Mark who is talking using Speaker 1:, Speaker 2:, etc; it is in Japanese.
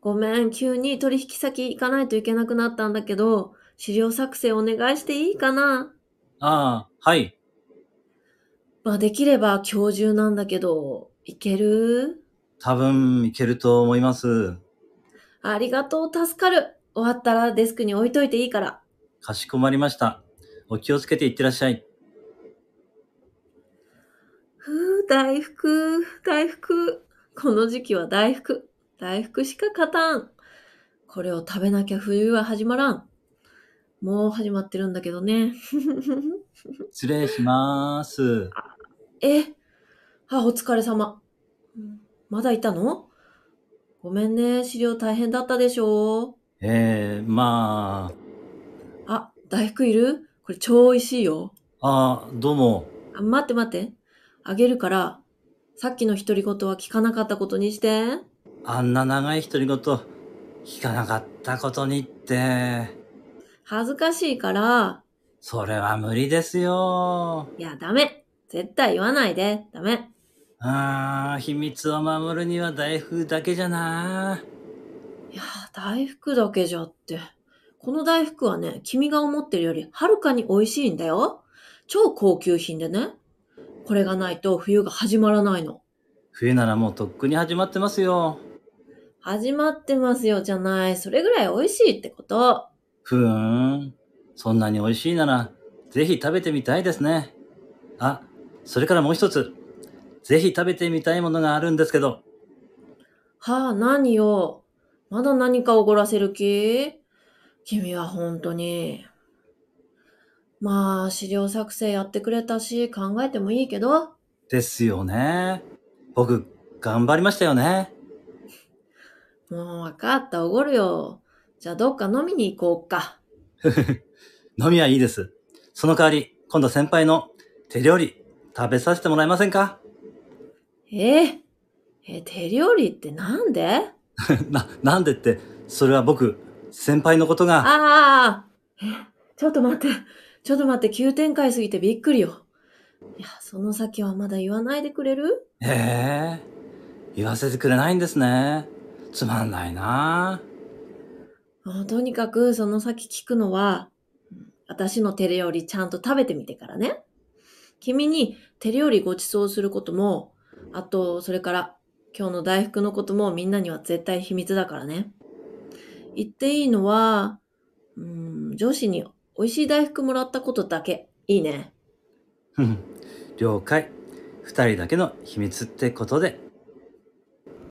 Speaker 1: ごめん、急に取引先行かないといけなくなったんだけど、資料作成お願いしていいかな
Speaker 2: ああ、はい。
Speaker 1: まあ、できれば今日中なんだけど、いける
Speaker 2: 多分、いけると思います。
Speaker 1: ありがとう、助かる。終わったらデスクに置いといていいから。
Speaker 2: かしこまりました。お気をつけていってらっしゃい。
Speaker 1: ふう、大福、大福。この時期は大福。大福しか勝たん。これを食べなきゃ冬は始まらん。もう始まってるんだけどね。
Speaker 2: 失礼します。
Speaker 1: え、あ、お疲れ様。うんまだいたのごめんね、資料大変だったでしょ
Speaker 2: ええま
Speaker 1: あ、大福いるこれ超美味しいよ。
Speaker 2: あ、ああ、どうも。
Speaker 1: あ、待って待って。あげるから、さっきの独り言は聞かなかったことにして。
Speaker 2: あんな長い独り言、聞かなかったことにって、
Speaker 1: 恥ずかしいから、
Speaker 2: それは無理ですよ。
Speaker 1: いや、ダメ。絶対言わないで。ダメ。
Speaker 2: ああ、秘密を守るには大風だけじゃな。
Speaker 1: いやー、大福だけじゃって。この大福はね、君が思ってるよりはるかに美味しいんだよ。超高級品でね。これがないと冬が始まらないの。
Speaker 2: 冬ならもうとっくに始まってますよ。
Speaker 1: 始まってますよじゃない。それぐらい美味しいってこと。
Speaker 2: ふーん。そんなに美味しいなら、ぜひ食べてみたいですね。あ、それからもう一つ。ぜひ食べてみたいものがあるんですけど。
Speaker 1: はあ、何よ。まだ何かおごらせる気君は本当に。まあ、資料作成やってくれたし、考えてもいいけど。
Speaker 2: ですよね。僕、頑張りましたよね。
Speaker 1: もう分かった、おごるよ。じゃあどっか飲みに行こうか。
Speaker 2: 飲みはいいです。その代わり、今度先輩の手料理、食べさせてもらえませんか
Speaker 1: えええ、手料理ってなんであ
Speaker 2: な、なんでって、それは僕、先輩のことが、
Speaker 1: あえ、ちょっと待って。ちょっと待って、急展開すぎてびっくりよ。いや、その先はまだ言わないでくれる
Speaker 2: ええ言わせてくれないんですね。つまんないな
Speaker 1: もうとにかくその先聞くのは、うん私の手料理ちゃんと食べてみてからね。君に手料理ご馳走することも、あと、それから今日の大福のこともみんなには絶対秘密だからね。言っていいのは、うん、上司に美味しい大福もらったことだけ。いいね。
Speaker 2: うん了解。二人だけの秘密ってことで。